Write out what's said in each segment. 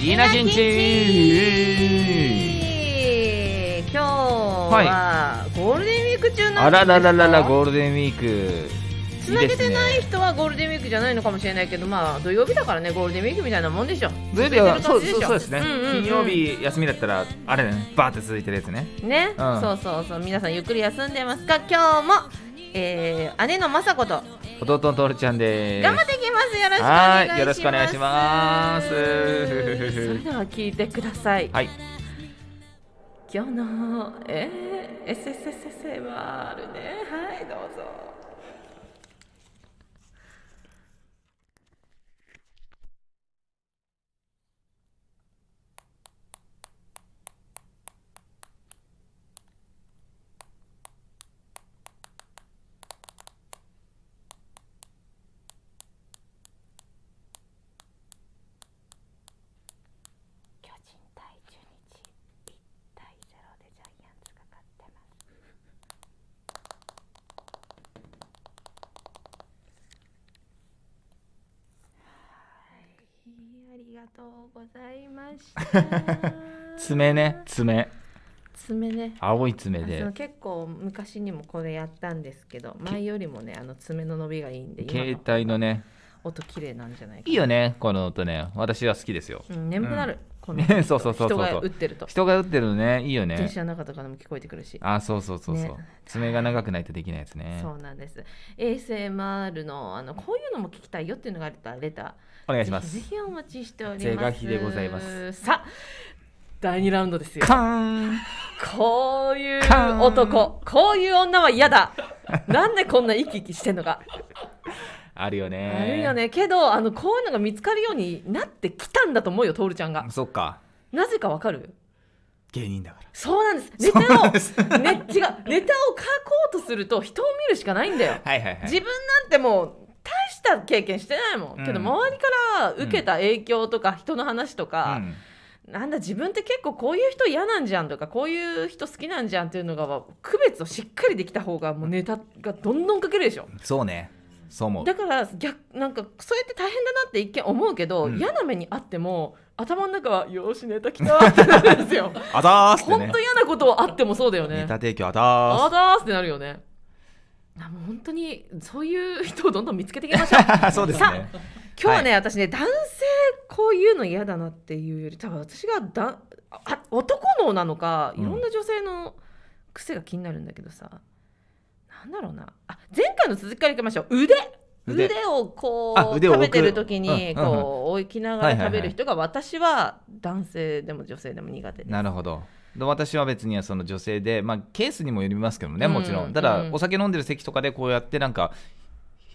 ギーナチンチ今日はゴールデンウィーク中なあんでらすかららららゴールデンウィークつなげてないい人はゴールデンウィークじゃないのかもしれないけど、まあ土曜日だからね、ゴールデンウィークみたいなもんでしょ。土曜日はそ続ういてるそう感そうでじすしね、ょうんうんうん金曜日休みだったらあれだねバーって続いてるやつねね、うんそうそうそう、皆さんゆっくり休んでますか、今日も、えー、姉の雅子と弟のトールちゃんです頑張っていきます。よろしくお願いしまはす。いよろしくお願いしますそれ では聞いてください。はい今日の、えー、SSSSMR ね、はい、どうぞ。巨人対中日1対0でジャイアンツが勝ってますはいありがとうございました 爪ね爪爪ね青い爪あそでの結構昔にもこれやったんですけど前よりもねあの爪の伸びがいいんで今携の帯のね音綺麗なんじゃないかいいよねこの音ね私は好きですようん、眠くなる、こ のねそうそうそうそう人が打ってると人が打ってるのねいいよ電ね車の中とかでも聞こえてくるしあそうそうそうそうね爪が長くないとできないやつねそうなんです ASMR のあのこういうのも聞きたいよっていうのがあったらレターお願いしますぜひぜひお待ちしております是が非でございますさあ第2ラウンドですよカーンこういうカーン男こういう女は嫌だなんでこんな生き生きしてんのかあるよねあるよねけどあのこういうのが見つかるようになってきたんだと思うよ徹ちゃんがそっかなぜかわかる芸人だからそうなんですネタそうなんをですね、違うネタを書こうとすると人を見るしかないんだよ、はいはいは自い分なんてもう大した経験してないもん、うんけど周りから受けた影響とか人の話とうか、んなんだ自分って結構こういう人嫌なんじゃんとかこういう人好きなんじゃんっていうのが区別をしっかりできた方がもうネタがどんどん書けるでしょそうねそう思うだから逆なんかそうやって大変だなって一見思うけど、うん嫌な目にあっても頭の中は「よしネタきた」ってなるんですよ あざーすって本ね当嫌なことあってもそうだよねネタ提供あざあーーだーすってなるよね。あもう本当にそういう人をどんどん見つけていきましょう。すそうですね今日はね、私ね男性こういうの嫌だなっていうより多分私がだあ男のなのかういんろんな女性の癖が気になるんだけどさ、なんだろうなあ前回の続きからいきましょう腕腕腕をこあう腕を置食べくてる時にうんうんうんこう置きながら食べる人が私は男性でも女性でも苦手です。なるほどで私は別にはその女性で、まあ、ケースにもよりますけどねもちろん、うんただ、うんお酒飲んでる席とかでこうやってなんか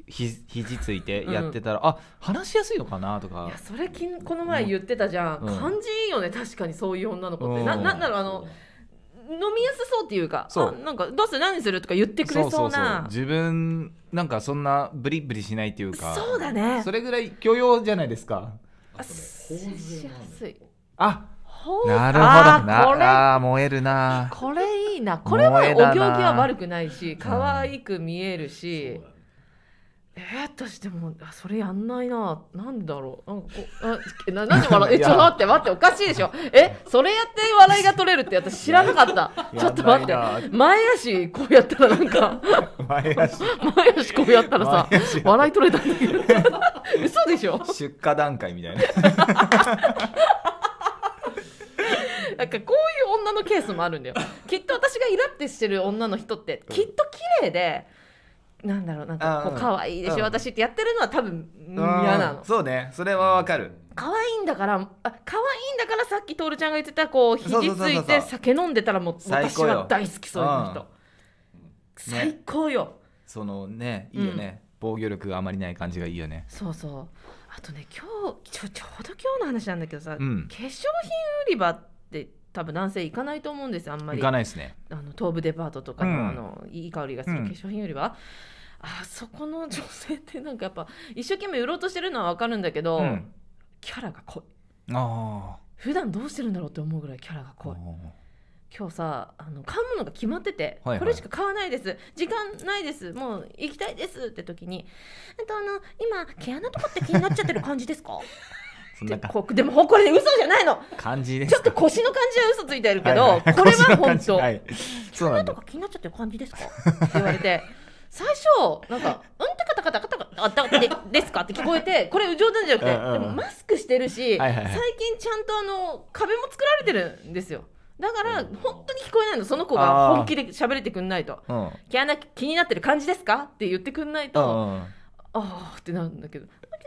ひ肘ついてやってたら、あ話しやすいのかなといかやそれきんこの前言ってたじゃん、うん感じいいよね確かにそういう女の子って、うんななんだろうあの飲みやすそうっていうかそうあなんかどうする何するとか言ってくれそうな自分なんかそんなブリブリしないっていうかそうだねそれぐらい許容じゃないですかあししやすいあほうなるほどあーなあー燃えるなこれこれいい なこれは萌おえ行だな儀は悪くないし可愛く見えるし、えー、私でもあそれやんないななんでだろうなんかこうあえななん で笑うえいちやょっと待って待っておかしいでしょえそれやって笑いが取れるって私知らなかった ちょっと待ってやんないな前足こうやったらなん か前足前足こうやったらさ前足笑い取れたんだけど 嘘でしょ出荷段階みたいななんかこういう女のケースも あるんだよきっと私がイラってしてる女の人ってきっと綺麗でなんだろうなんかこあうー可愛いでしょ、うん私ってやってるのは多分うん 嫌なうのんそうねそれはわかる可愛いんだからあ可愛いんだからさっき徹ちゃんが言ってたこう肘そうそうそうつそいうそうて酒飲んでたらもう最私高よは大好きそういう人、最高よ、そのねいいよね、防御力があまりない感じがいいよねそうそうあとね今日ちょちょうど今日の話なんだけどさ、うん化粧品売り場って多分男性行かないと思うんですあんまいりかないですねあの東武デパートとかの,、うんあのいい香りがするう化ん粧品売り場、あそこの女性ってなんかやっぱ一生懸命売ろうとしてるのは分かるんだけど、うんキャラが濃いあ普段どうしてるんだろうって思うぐらいキャラがあ濃い今日さあの買うものが決まってて、はいはいこれしか買わないです時間ないですもう行きたいですって時に「えっとあの今毛穴とかって気になっちゃってる感じですか? 」そん でなかこでもこれね嘘じゃないの感じですちょっとか腰の感じは嘘ついてるけど、はいはいこれは腰の感本じ当、はいそうなんとだか気になっちゃってる感じですか?」って言われて最初なんか「うんたかたかたかたかあたかでですか?」って聞こえてこれ冗談じゃなくて、うんうんでもマスクしてるし、はいはいはい最近ちゃんとあの壁も作られてるんですよだからうん本当に聞こえないのその子あがー本気で喋れてくんないとうん「毛穴気になってる感じですか?」って言ってくんないと「あうんあ」ってなるんだけど「毛穴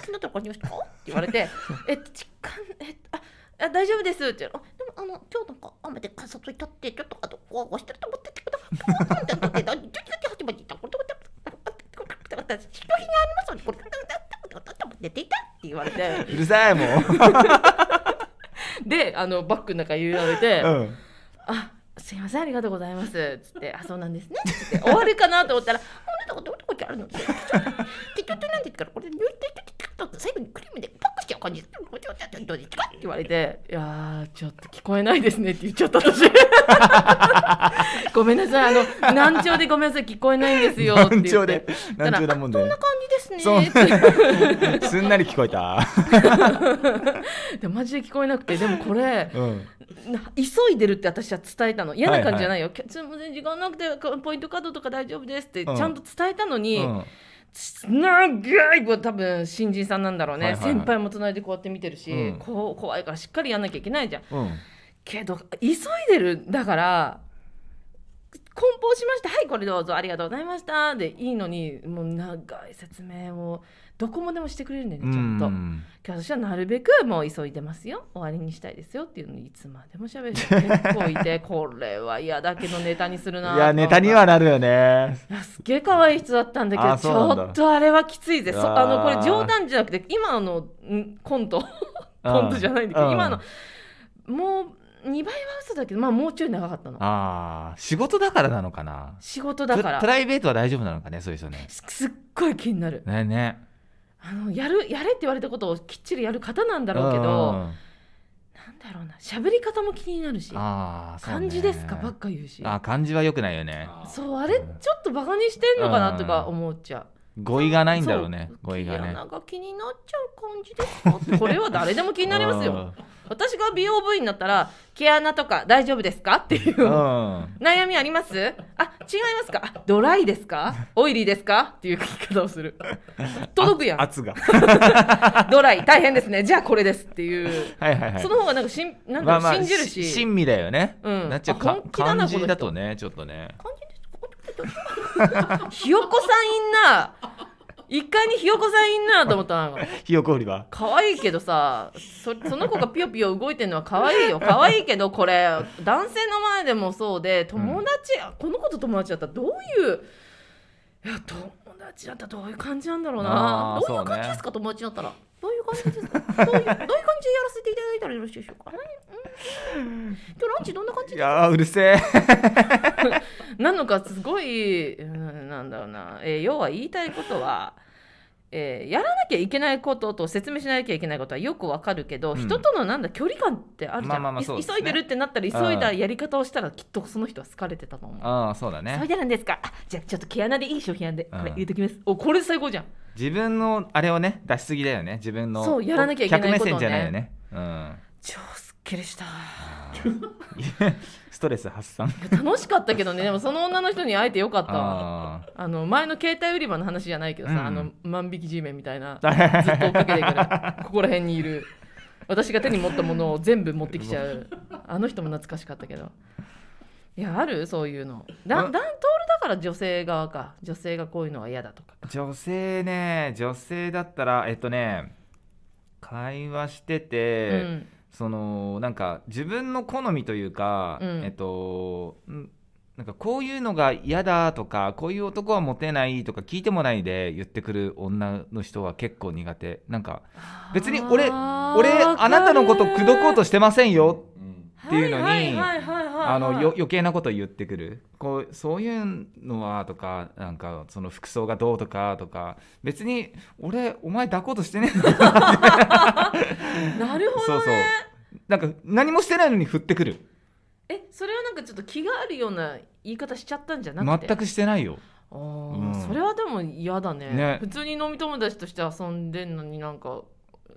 気になってる感じですか?」って言われて「えっと実感えっとああ大丈夫です」って言うのでもあの今日なんか雨で観察いたってちょっとあとゴワゴワしてると思っててけどポーンってなって11月始まりたこれどうやってひどひがありますのでこれ寝ていたって言われてでうるさいもであのバッグの中入れられて「う、うん、あすいませんありがとうございます」っつって「あそうなんですね」っつって終わるかなと思ったらあ「なたがどういうとこにあるのって結局なんですからこれ入ってきてきたと最後にクリームでパックしちゃう感じですこれどうですかって言言わわれれてて「いやーちょっと聞こえないですね」って言っちゃった私ごめんなさいあの難聴でごめんなさい聞こえないんですよって難言聴ってで難聴だもんで、ね、感じですそうねってすんなり聞こえた、でマジで聞こえなくてでもこれうん、な急いでるって私は伝えたの嫌な感じじゃないよ「すいません時間なくてこポイントカードとか大丈夫です」ってちうんゃんと伝えたのに、うん長いもう多分新人さんなんだろうね、はいはいはい先輩も隣でこうやって見てるし、うんこう怖いからしっかりやんなきゃいけないじゃんうん、けど急いでるんだから梱包しましたはいこれどうぞありがとうございましたでいいのにもう長い説明をどこもでもしてくれるんだよねちゃんと、うんけど私はなるべくもう急いでますよ終わりにしたいですよっていうのにいつまでも喋る人結構いてこれは嫌だけどネタにするないやネタにはなるよねいやすっげえ可愛い人だったんだけどあちそうなんだょっとあれはきついぜそあのこあーれ冗談じゃなくて今のんコントコントじゃないんだけど、うん今のもう2倍は嘘だけどまあもうちょい長かったのああ仕事だからなのかな仕事だかププらライベートは大丈夫なのかねそういう人ねすすっごい気になるねねあのやるやれって言われたことをきっちりやる方なんだだろうけどなんあだろうな喋り方も気になるしあーそうね漢字ですかばっか言うしあー漢字は良くないよねそうあれちょっとバカにしてんのかなとか思っちゃう語彙がないんだろうねそう語彙が毛ね穴が気になっちゃう感じですかってこれは誰でも気になりますよ 私が美容部員になったら毛穴とか大丈夫ですかっていううんう悩んみありますあ違いますかあドライですかオイリーですかっていう聞き方をする届くやあん圧がドライ大変ですねじゃあこれですっていう はいはいはいその方がなんかしんなんまあだろまうあ信じるし親身だよねうんなっちゃうあか本気漢だなこの人字だとねちょっとねひよこさんいんな一回にひよこさんいんなと思ったのひよこりは可愛いけどさそその子がピヨピヨ動いてるのは可愛いよ可愛いけどこれ男性の前でもそうで友達、あこの子と友達だったらどういういや友達だったらどういう感じなんだろうなあーどういうそう感ねじですか、友達だったらどういう感じですかどういうどういう感じでやらせていただいたらよろしいでしょうか今日ランチどんな感じいやーうるせえ なのかすごい、うん、なんだろうな、えー要は言いたいことは、えーやらなきゃいけないことと説明しなきゃいけないことはよくわかるけど、うん人とのなんだ距離感ってあるじゃん、まあまあまあいそうですね急いでるってなったら急いだやり方をしたらきっとその人は好かれてたと思う。ああそうだ急いねでるんですかあじゃあちょっと毛穴でいい商品なんでこうんれ入れときます、おこれ最高じゃん自分のあれをね出しすぎだよね自分のそうやらなきゃいけないことを客ね目線じゃないよねうん 超すっきりしたストレス発散楽しかったけどねでもその女の人に会えてよかったわああの前の携帯売り場の話じゃないけどさ、うんあの万引き G メンみた いなあずっと追っかけてくるここら辺にいる私が手に持ったものを全部持ってきちゃうあの人も懐かしかったけどいやあるそういうのだだうんんトールだから女性側か女性がこういうのは嫌だとか女性ね女性だったらえっとね会話してて、うんそのなんか自分の好みというか、うんえっとんなんかこういうのが嫌だとかこういう男はモテないとか聞いてもないで言ってくる女の人は結構苦手なんか別に俺俺あなたのこと口説こうとししてませんよてていうのにああのよ余計なこと言ってくるこうそういうのはとかなんかその服装がどうとかとか別に俺お前抱こうとしてねえ んだなるほどそうそうなんか何もしてないのに振ってくるえそれはなんかちょっと気があるような言い方しちゃったんじゃなくて全くしてないよあうんーそれはでも嫌だねね普通に飲み友達として遊んでんのになんか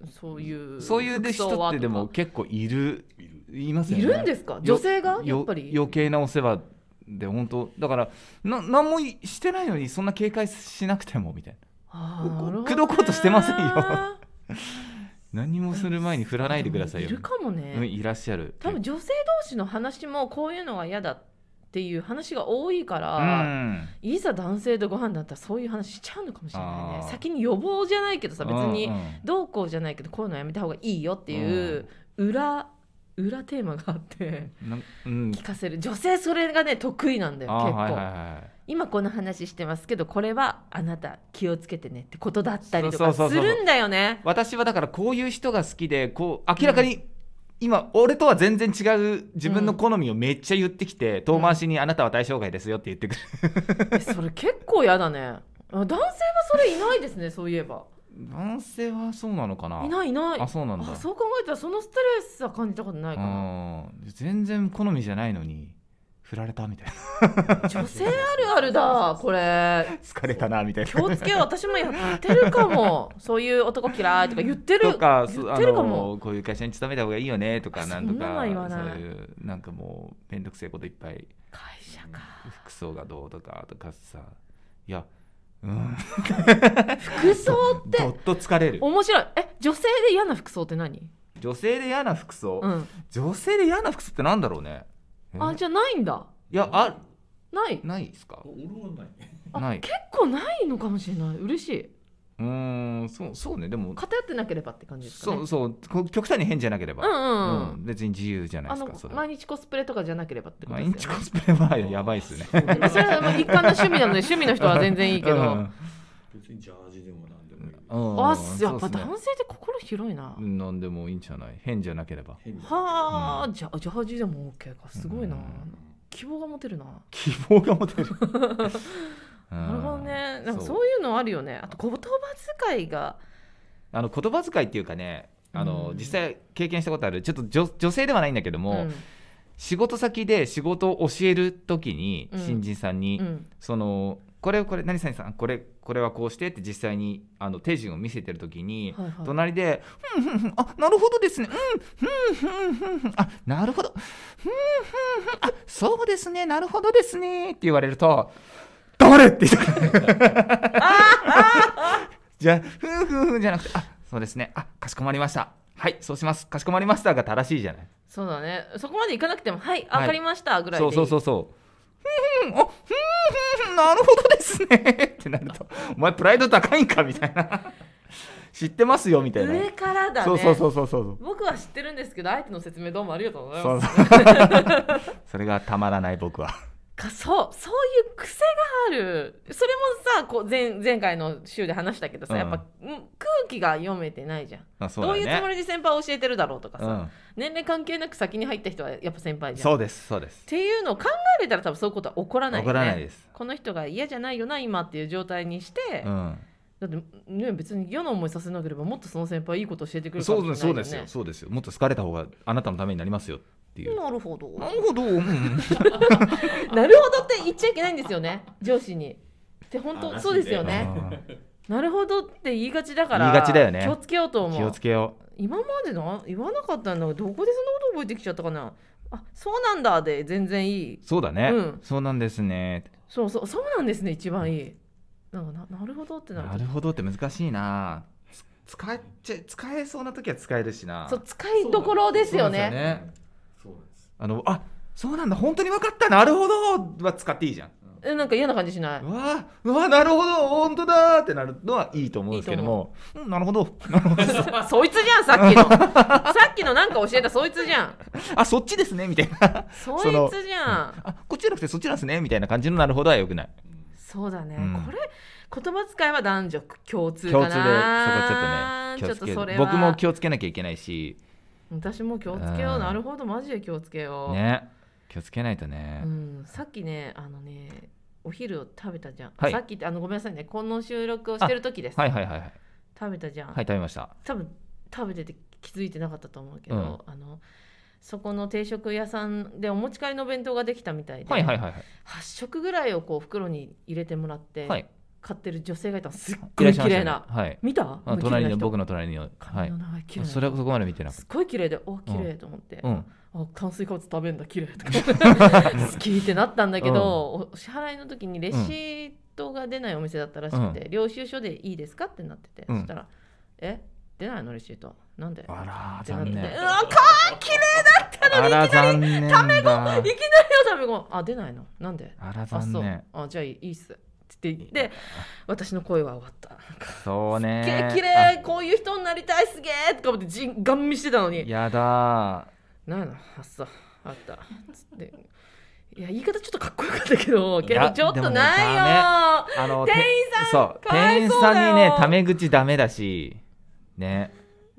そういうそういう服装人っはてとでかも結構いるいますよいねるんですか女性がやよっぱり余計なお世話で本当だからな何もいしてないのにそんな警戒しなくてもみたいあーこなるほど口ね説こうとしてませんよ な何もする前に振らないでくださいよでもいるかもね、うんいらっしゃる多分女性同士の話もこういうのが嫌だっていう話が多いかうら、んいざ男性とご飯だったらそういう話しちゃうのかもしれないあねー先に予防じゃないけどさ別にうんうんどうこうじゃないけどこういうのやめた方がいいよっていう裏、裏テーマがあってなうん聞かせる女性それがね得意なんだよあー結構、はいはいはい今この話してますけどこれはあなた気をつけてねってことだったりとそかうそうそうすそうるんだよ ね私はだからこういう人が好きでこう明らかに今俺とは全然違う自分の好みをめっちゃ言ってきて遠回しに「あなたは対象外ですよ」って言ってくるえそれ結構やだねあ男性はそれいないですねそういえば男性はそうなのかないないいないあそうなんだあそう考えたらそのストレスは感じたことないかなうん全然好みじゃないのに振られたみたいな女性あるあるだこれ疲れたなみたい気をつけよう私もやってるかもそういう男嫌いとか言ってるとか言すっあてるかものこういう会社に勤めた方がいいよねとかあなんとそんなのかは言わないそういうなんかもう面倒くせえこといっぱい会社か服装がどうとかとかさいやうん服装っどてっと疲れる面白いえ女性で嫌な服装って何女性で嫌な服装、うん女性で嫌な服装ってなんだろうねえあじゃあないんだいやあないないですか俺はない。あない結構ないのかもしれない嬉しいうーんそうそうねでも偏ってなければって感じですかねそうそうこ極端に変じゃなければ、うんうんうん別に自由じゃないあですのかそれは毎日コスプレとかじゃなければってこと毎で日すよコね。スプレはやばいっすね。そうまあそれはまあ一貫の趣味なので趣味の人は全然いいけど、別にジャージでもなんでもいい。ああやっぱ男性って心広いな。なんでもいいんじゃない変じゃなければ。 変 にはあ、じゃジャージでも OK かすごいな、うん希望が持てるな、希望が持て る。ななるほどねなんかそういうのあるよねあと言葉遣いがあの言葉遣いっていうかね、あの、うん実際経験したことある、ちょっと女女性ではないんだけども、うん仕事先で仕事を教えるときに、うん新人さんに、うんそのこれこれ何々さんこれこれはこうしてって実際にあの手順を見せてるときに、はいはい隣で「ふんふんふんあなるほどですねうんふんふんふんふんあなるほどふんふんふんあそうですねなるほどですね」って言われると「誰?」って言って じゃあ「ふんふんふん」じゃなくて「あそうですねあかしこまりましたはいそうしますかしこまりました」が正しいじゃない。そうだねそこまでいかなくても「はいはいわかりました」ぐらいでそいういそうそうそう。ふんふん、おふんふんふん、なるほどですね。ってなると、お前プライド高いんかみたいな。知ってますよみたいな。上からだねそうそうそうそうそう。僕は知ってるんですけど相手の説明どうもありがとうございそまうすそうそれがたまらない僕は。かそうそういう癖があるそれもさこう前前回の週で話したけどさ、うんやっぱうん空気が読めてないじゃん、あそうどだうね。いうつもりで先輩を教えてるだろうとかさ、うん、年齢関係なく先に入った人はやっぱ先輩じゃんそっうですそうです。ていうのを考えれたら多分そういうことは起こらないよ怒ねらないです。この人が嫌じゃないよな今っていう状態にしてう、ん。だって、ね、別に嫌な思いさせなければもっとその先輩いいこと教えてくれるかそもうでしすれそうないですよそうですよ。もっと好かれた方があなたのためになりますよっていう。なるほど。なるほど。うんうんなるほどって言っちゃいけないんですよね上司にって本あ当らしいねそうですよあねーなるほどって言いがちだから言いがちだよね気をつけようと思う気をつけよ。今までの言わなかったんだけどどこでそんなこと覚えてきちゃったかなあそうなんだで全然いいうそうだね。うんそうなんですね。そうそうそうなんですね一番いいなんかななるほどってなるなるほどって難しいなつ使えちゃ使えそうな時は使えるしなそう使いどころですよねそうなんですよねそうなんであのす。あそうなんだ本当に分かったなるほどは使っていいじゃんえなんか嫌な感じしないわうーうわーなるほど本当だーってなるのはいいと思うんですけどもうんなるほどなるほどそいつじゃんさっきのさっきのなんか教えたそいつじゃんあそっちですねみたいなそそのいつじゃんあこっちじゃなくてそっちなんですねみたいな感じのなるほどはよくないそうだね、うんこれ言葉遣いは男女共通か共な通でそこはちょっとね気をつけちょっとそれるは僕も気をつけなきゃいけないし私も気をつけよううんなるほどマジで気をつけよう、ね気をつけないとうね、ん、さっきねあのねお昼を食べたじゃん、はいさっきってあのごめんなさいねこの収録をしてる時です、はいはいはいはい食べたじゃん、はい食べました多分食べてて気づいてなかったと思うけど、うんあのそこの定食屋さんでお持ち帰りの弁当ができたみたいで、はいはいはいはい8食ぐらいをこう袋に入れてもらって、はい買ってる女性がいたのすっいごらっいしゃいました綺ね麗な、はい見たあ隣の僕のの隣のは髪いの長い綺麗なそれはそこまで見てなくすっごい綺麗でお綺麗と思って、うんあ炭水化物食べんだ綺麗と か好きってなったんだけど、お支払いの時にレシートが出ないお店だったらしくて、領収書でいいですかってなってて、うんそしたら「え出ないのレシートなんで?」っあらてな残ってて念うわかあら残念だいきなりよ食べごあ出ないのなんであらあ残そう念あじゃあいいっすって言って私の恋は終わったそう「ねきれいこういう人になりたいすげえ!」とか思ってじんガン見してたのあにやだ「なんやのあっそうあった」つっていや言い方ちょっとかっこよかったけどけいやどちょっとないでもねよあの店員さんそうかわ店い員そうだよさんにねタメ口ダメだしね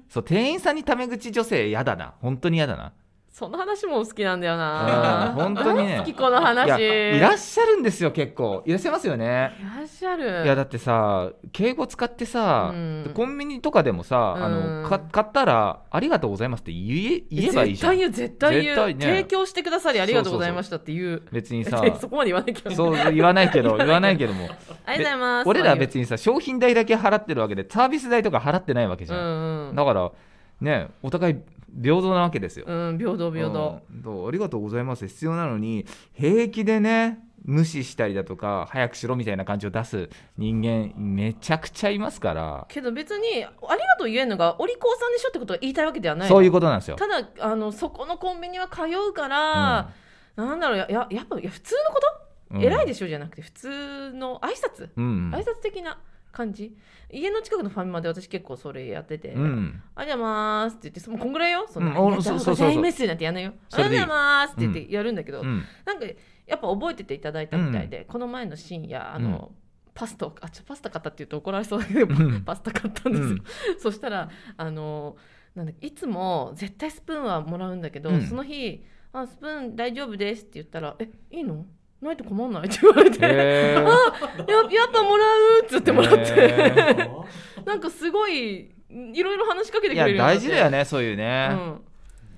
そう店員さんにタメ口女性やだな本当にやだなその話も好きなんだよあなー本当にね好きこのいや話いらっしゃるんですよ結構いらっしゃいますよねいらっしゃるいやだってさ敬語使ってさ、うんコンビニとかでもさ、あうんのか買ったら「ありがとうございます」って言え言えばいいじゃん絶対言う絶対言う絶対ね提供してくださりありがとうございましたっていう別 にさそこまで言わなきゃそう言わないけど言わないけどもありがとうございます俺ら別別にさ商品代だけ払ってるわけでサービス代とか払ってないわけじうゃん、んうんだからねお互い平等なわけですよ、うん、平等平等、うんどうありがとうございます必要なのに平気でね無視したりだとか早くしろみたいな感じを出す人間めちゃくちゃいますから、けど別にありがとう言えるのがお利口さんでしょってことは言いたいわけではないそういうこことなんですよ。ただあのそこのコンビニは通うから、なんだろうやややっぱいや普通のこと、うん偉いでしょじゃなくて普通の挨拶うん挨拶的な感じ、家の近くのファミマで私結構それやってて、うん、ありがとうございますって言ってそのこんぐらいよそうの、んありがとうございますなんてやんないよそうそうそうありがとうございますって言ってやるんだけ ど、うん、なんかやっぱ覚えてていただいたみたいで、この前の深夜あの、パスタをあちょパスタ買ったって言うと怒られそうだけど、んパスタ買ったんですよ、 そしたらあのなんだっけいつも絶対スプーンはもらうんだけど、うんその日あ「スプーン大丈夫です」って言ったら「えいいのないと困んない?」って言われて「へー あややっぱもらう」っつってもらって、 へなんかすごいいろいろ話しかけてくいれやる大事だよね、ねそういうね、うん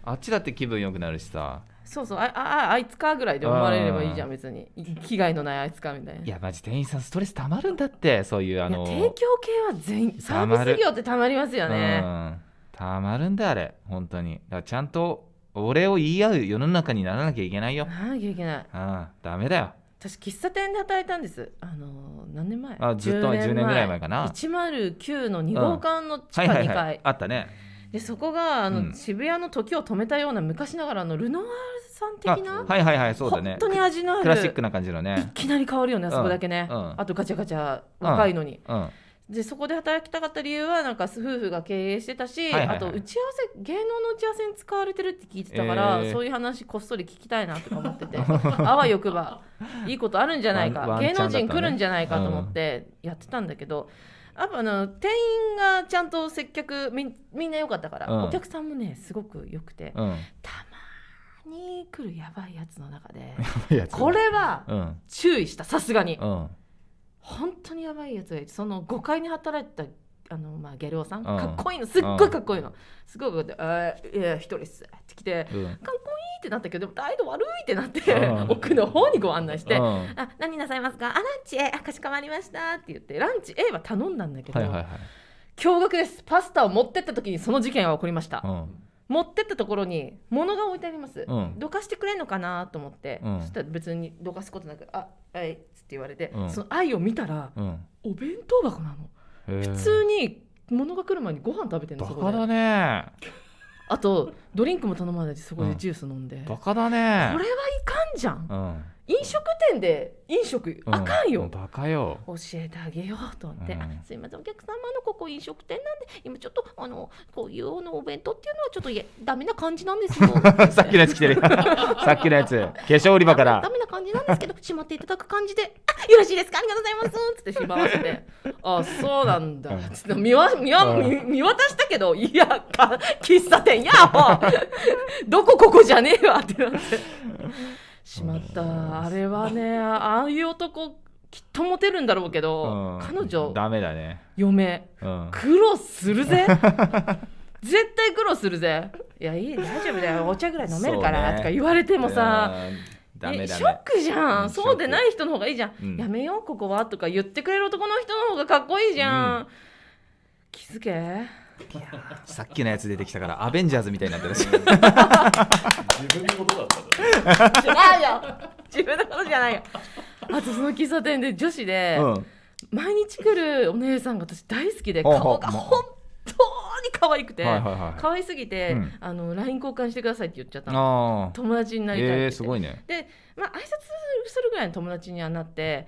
あっちだって気分良くなるしさそうそうああああいつかぐらいで思われればいいじゃん別に危害のないあいつかみたいないやマジ店員さんストレスたまるんだってそういうあいやの提供系は全員サたーまるビス業ってたまりますよね。うん、たまるんだあれ本当にだからちゃんとお礼を言い合う世の中にならなきゃいけないよ、ならなきゃいけない。うん、ダメだよ私喫茶店で働いたんです。あのー何年前？あずっと10年ぐらい前かな109の2号館の地下は2いは階、いはいあったねでそこがあの、うん渋谷の時を止めたような昔ながらのルノワールさんあ的な、はいはいはいそうだね本当に味のあるクラシックな感じのいねきなり変わるよねあそこだけね。うんうんあとガチャガチャ若いのに。うんはでそこで働きたかった理由はなんか夫婦が経営してたし、はいはいはいあと打ち合わせ芸能の打ち合わせに使われてるって聞いてたから、えーそういう話こっそり聞きたいなとか思っ ててあわよくばいいことあるんじゃないか、ワンワン芸能チャンだ人った来ねるんじゃないかと思ってやってたんだけど、やっぱあの店員がちゃんと接客みみんな良かったから、うんお客さんもねすごく良くて、うんたまに来るやばいやつの中でいやつこれはうん注意したさすがに。うん本当にやばいやつがいてその5階に働いてたあの、まあ、ゲルオさん、んかっこいいのすっごいかっこいいの、すごいかっこいいあーいや一人っす」って来て「いい」うんってなったけどでも態度悪いってなって、うん奥の方にご案内して「うんあ何なさいますかあランチ A あかしこまりました」って言ってランチ A は頼んだんだけど、はいはいはい驚愕ですパスタを持ってった時にその事件は起こりました、うん持ってったところに物が置いてあります、うんどかしてくれんのかなと思って、うんそしたら別にどかすことなく「あはい」っつって言われて、うんその愛を見たらうんお弁当箱なのへー普通に物が来る前にご飯食べてんのバそカこだでねあとドリンクも頼まないでそこでうんジュース飲んで、こバカだれはいねかんじゃんうん飲食店で飲食うあかんよ、うバカよ 教えてあげようと思って、うんあすいませんお客様のここ飲食店なんで今ちょっとあのこういうのお弁当っていうのはちょっといやダメな感じなんですよさっきのやつ来てる さっきのやつ化粧売り場かダらメな感じなん ですけどしまっていただく感じで「よろしいですかありがとうございます」っつって暇わせて「あそうなんだ」つって見わ見わ見見渡したけど「いやか喫茶店やもう どこここじゃねえわ」ってなってしまったあれはねああいう男きっとモテるんだろうけうんど、彼女ダメだね嫁うん 苦労するぜ絶対苦労するぜいやいい大丈夫だよお茶ぐらい飲めるかそうら、ねとか言われてもさ、うんダメえダシメョックじゃん、うんそうでない人の方がいいじゃん、うんやめようここはとか言ってくれる男の人の方がかっこいいじゃん、気づけさっきのやつ出てきたからアベンジャーズみたいになってるし自分のことだったんだね違うよ 自分のことじゃないよあとその喫茶店で女子で、うん毎日来るお姉さんが私大好きでほうほ顔うが本当に可愛くて、はいはいはい可愛すぎて、うんあの LINE 交換してくださいって言っちゃったのああ友達になりたいって言えっー、てすごいねで、まあ挨拶するぐらいの友達にはなって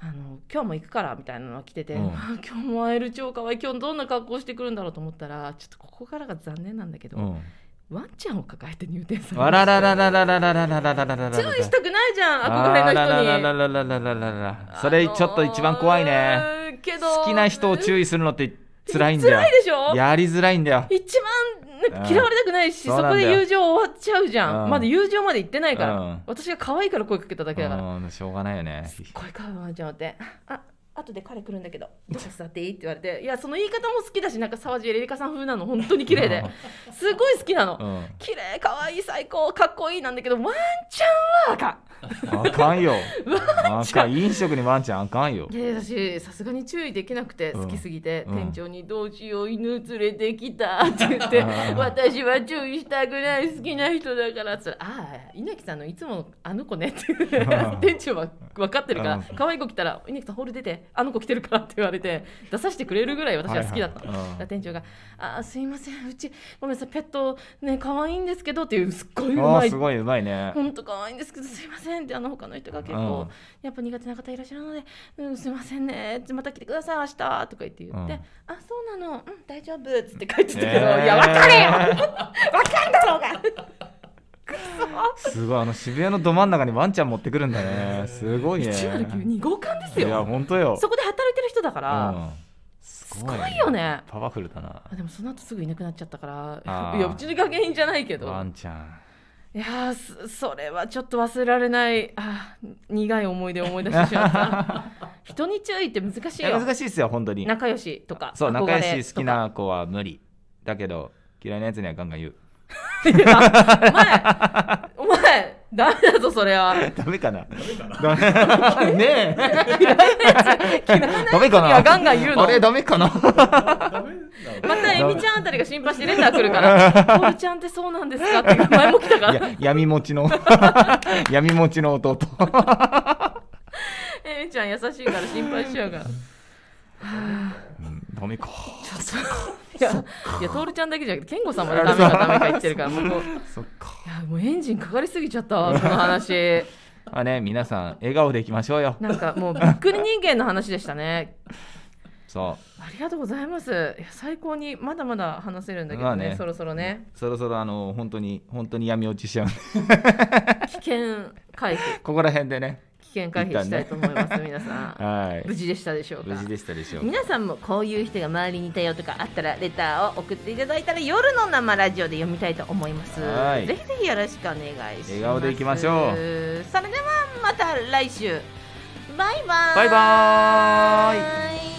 あの今日も行くからみたいなのが来てて、うんあ今日も会える超可愛い今日どんな格好してくるんだろうと思ったらちょっとここからが残念なんだけど、うんワンちゃんを抱えて入店されあららららららららららららら注意したくないじゃん憧れの人に。あららららららららそれちょっと一番怖いあねのーけど好きな人を意注意するのって辛いんだよ辛いでしょやりづらいんだよ一番なんか嫌われたくないし、うんそこで友情終わっちゃうじゃん、うんまだ友情まで行ってないから、うん私が可愛いから声かけただけだから、うんしょうがないよね声かわいちゃんってあ後で彼来るんだけどどうか座っていいって言われていやその言い方も好きだしなんか沢尻エリカさん風なの本当に綺麗ですごい好きなの、うん綺麗可愛い最高かっこいいなんだけどワンちゃんはあかんあかんよあかん飲食にワンちゃんあかんよいや私さすがに注意できなくてうん好きすぎて、うん店長に「どうしよう犬連れてきた」って 言ってう「ん私は注意したくない好きな人だから」つったらああ猪木さんのいつものあの子 ね」ってん店長は分かってるからうん可愛い子来たら「猪木さんホール出てあの子来てるから」って言われて出させてくれるぐらい私は好きだったはの。いはいうんだから店長が「ああすいませんうちごめんなさいペットね可愛いんですけど」っていうすっごいうあまーいすごいうまいね本当可愛いんですけどすいませんってあの他の人が結う構んやっぱ苦手な方いらっしゃるので、うん、すいませんねまた来てください明日とか言って言って、うんあそうなのうん大丈夫っつって帰ってたけど、えー いやわかれよわかんだろうが すごいあの渋谷のど真ん中にワンちゃん持ってくるんだねすごいね中の牛2号館ですいやよ本当よそこで働いてる人だから、うんすすごいよねパワフルだなあでもその後すぐいなくなっちゃったからあーいやうちの学園じゃないけどワンちゃんいやーすそれはちょっと忘れられないあー苦い思い出を思い出してしまった人に注意って難しいいよや難しいですよ本当に仲良しとかそう憧仲れ良し好ときかな子は無理だけど嫌いなやつにはガンガン言うお前お前ダメだぞそれ はダメか なダメかなねえダメかいやなガンガン言うのあれダメかなダメなのまたエミちゃんあたりが心配してレター来る から「ポルちゃんってそうなんですか?」って前も来たかいらや闇持ち の闇持ちの弟エミちゃん優しいから心配しちゃうから。うんダ メかいや、いや、徹ちゃんだけじゃなくて、健吾さんもねダメかダメか言ってるから、もうこう。そっかいや、もうエンジンかかりすぎちゃったわ、この話。まあね皆さん笑顔でいきましょうよなんかもう、びっくり人間の話でしたね。そありがとうございます。いや最高に、まだまだ話せるんだけまどあね、ねそろそろね。うそろそろあの本当に本当に闇落ちしちゃうんで危険回避、ここら辺でね危険回避したいと思います、皆さん。はい無事でしたでしょう無か事でしたでしょうか皆さんもこういう人が周りにいたよとかあったらレターを送っていただいたら夜の生ラジオで読みたいと思いますはいぜひぜひよろしくお願いします笑顔でいきましょうそれではまた来週バイバイバイバーイイ